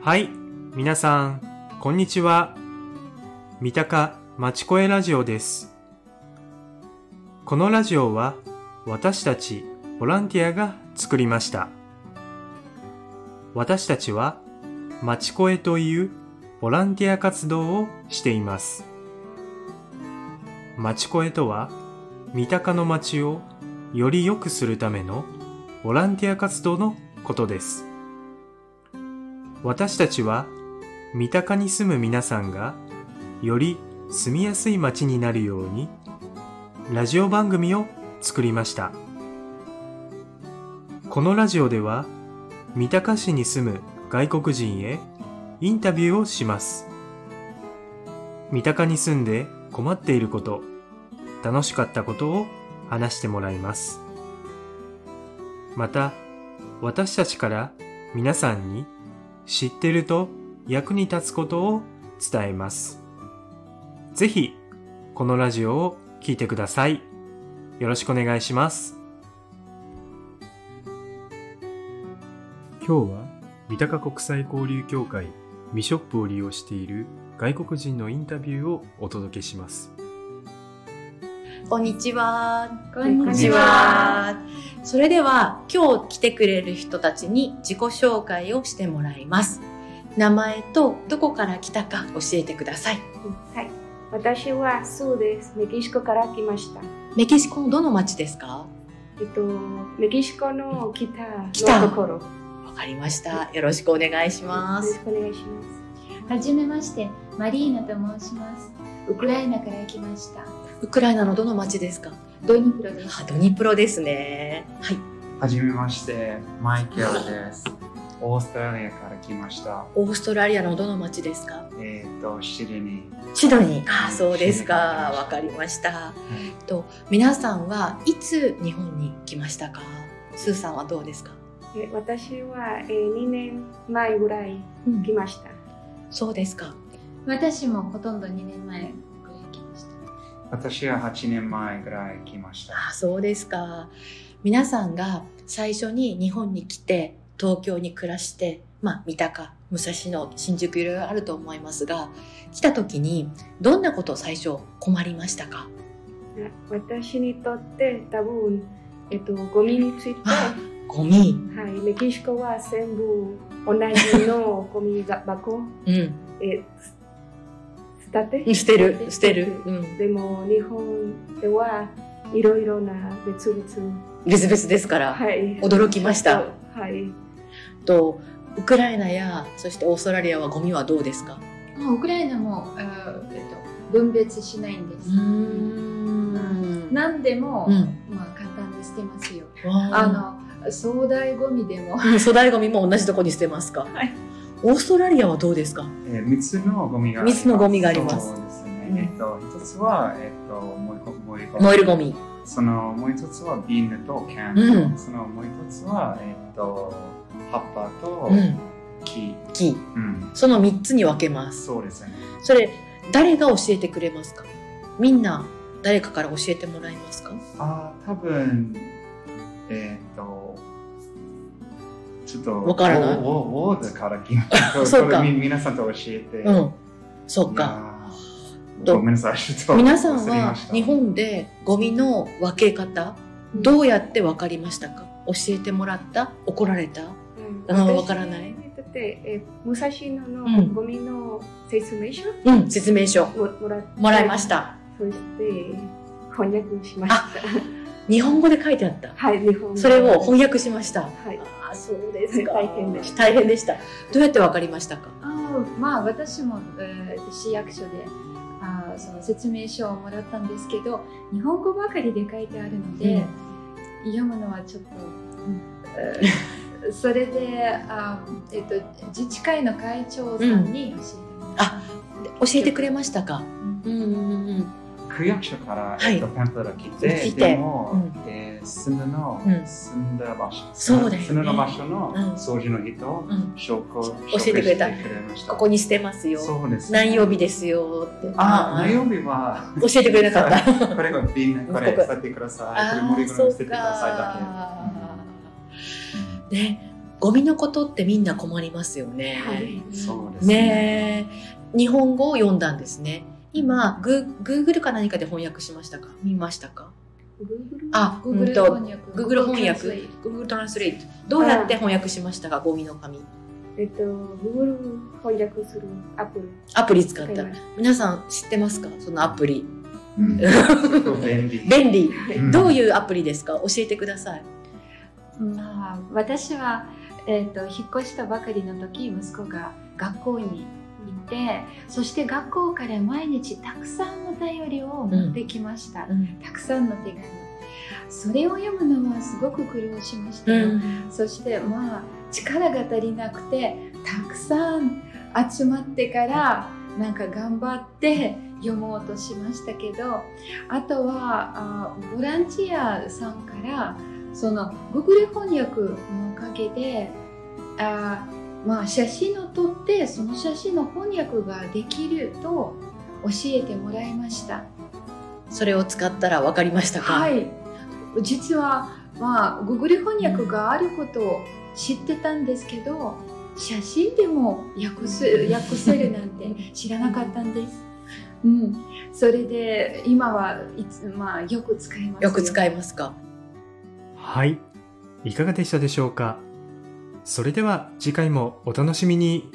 はい、皆さん、こんにちは。三鷹町声ラジオです。このラジオは私たちボランティアが作りました。私たちは町声というボランティア活動をしています。町声とは三鷹の町をより良くするためのボランティア活動のことです。私たちは三鷹に住む皆さんがより住みやすい街になるようにラジオ番組を作りましたこのラジオでは三鷹市に住む外国人へインタビューをします三鷹に住んで困っていること楽しかったことを話してもらいますまた私たちから皆さんに知ってると役に立つことを伝えます。ぜひ、このラジオを聞いてください。よろしくお願いします。今日は、三鷹国際交流協会ミショップを利用している外国人のインタビューをお届けします。こんにちは。こんにちは。それでは今日来てくれる人たちに自己紹介をしてもらいます。名前とどこから来たか教えてください。はい。私はスーです。メキシコから来ました。メキシコのどの町ですかえっと、メキシコの北北のところ。よわかりました。よろしくお願いしまろすし。くお願いします。はじめまして、マリーナと申します。ウクライナから来ました。ウクライナのどの町ですかドニプロです。あドニプロですね。はい。はじめまして、マイケルです。オーストラリアから来ました。オーストラリアのどの町ですかえっ、と、シリに。シドニー。ああ、そうですか。わかりました。えっと皆さんはいつ日本に来ましたかスーさんはどうですかえ私は、えー、2年前ぐらい来ました。そうですか。私もほとんど2年前くらい来ました。私は8年前ぐらい来ました。あそうですか。皆さんが最初に日本に来て、東京に暮らして、まあ、三鷹、武蔵野、新宿いろいろあると思いますが、来た時にどんなことを最初困りましたかあ私にとって多分、えっと、ゴミについて、あはゴミ。い、メキシコは全部同じのゴミ箱、 うん。えー、捨てて。捨てる、捨てる。うん。でも、日本ではいろいろな別々。別々ですから。はい、驚きました。はい、と、ウクライナや、そしてオーストラリアはゴミはどうですかもうウクライナも、あーえっと、分別しないんです。んな何でも、うん。まあ、簡単に捨てますよ。ああの、の、壮大ゴミでも、うん粗大ゴミも同じとこに捨てますか。はいオーストラリアはどうですか。えー、3つのゴミがあります。三つのゴミがありますそうですうんね。えっ、と、1つは、えっ、と、燃えこ燃えこ燃えるゴミ。その、もう1つは瓶とキャン。うんその、もう1つは、えっ、と、葉っぱとうん。木。木。うん。その三つに分けます。そうですね。それ誰が教えてくれますか。みんな誰かから教えてもらえますか。あー多分えーっ、とちょっとわからないおおおーズから来ましたそうかこれみ皆さんと教えてういやん。そっか。ーとごめんなさいちょっと皆さん忘れはました日本でゴミの分け方どうやって分かりましたか。教えてもらった怒られたあのわからない私だってえ武蔵野うのんゴミの説明書うん。説明書をもらってもらいました。そして翻訳しました日本語で書いてあった。はい日本語それを翻訳しました。はいああ、そうですか。。大変でした大変でした。どうやって分かりましたか。あーまあ、私も、えー市役所で、あーその説明書をもらったんですけど、日本語ばかりで書いてあるので、読むのはちょっと、えー それであ、えっと、自治会の会長さんに教えてもらい教まえてくれましたか。うんうんうん。区役所から、はいえーっとペンプル来て来てでも、うんえー住んだの、うん住んだ場所そうだよね住んだ場所のうん掃除の人、うん紹介教えてくれた紹介してくれましたここに捨てますよ。そうですね何曜日ですよって。あは何い曜日は教えてくれなかった。これが瓶、これ捨ててください。これあ森あ、からそ捨うててくださいだか。ね、ゴミのことってみんな困りますよね。はいそうですね。ねえ日本語を読んだんですね。今、グー Google か何かで翻訳しましたか見ましたか Google あ、うん Google と、翻訳 Google 翻訳 Google トランスレート。どうやって翻訳しましたかゴミの紙。えっと、Google 翻訳するアプリアプリ使っ使いたま。す。皆さん知ってますかそのアプリ。うん すごく便利。 便利。うんどういうアプリですか教えてください。まあ、私は、えー、と引っ越したばかりの時息子が学校に行ってそして学校から毎日たくさんの便りを持ってきました、たくさんの手紙それを読むのはすごく苦労しました、うんそしてまあ力が足りなくてたくさん集まってからなんか頑張って読もうとしましたけどあとはあボランティアさんからその Google 翻訳のおかげであまあ写真を撮ってその写真の翻訳ができると教えてもらいました。それを使ったら分かりましたか、はい、実は、まあ、Google 翻訳があることを知ってたんですけど写真でも訳す訳せるなんて知らなかったんです。うん、それで今はいつ、まあ、よく使いますよく使いいますかはい。いかがでしたでしょうかそれでは次回もお楽しみに。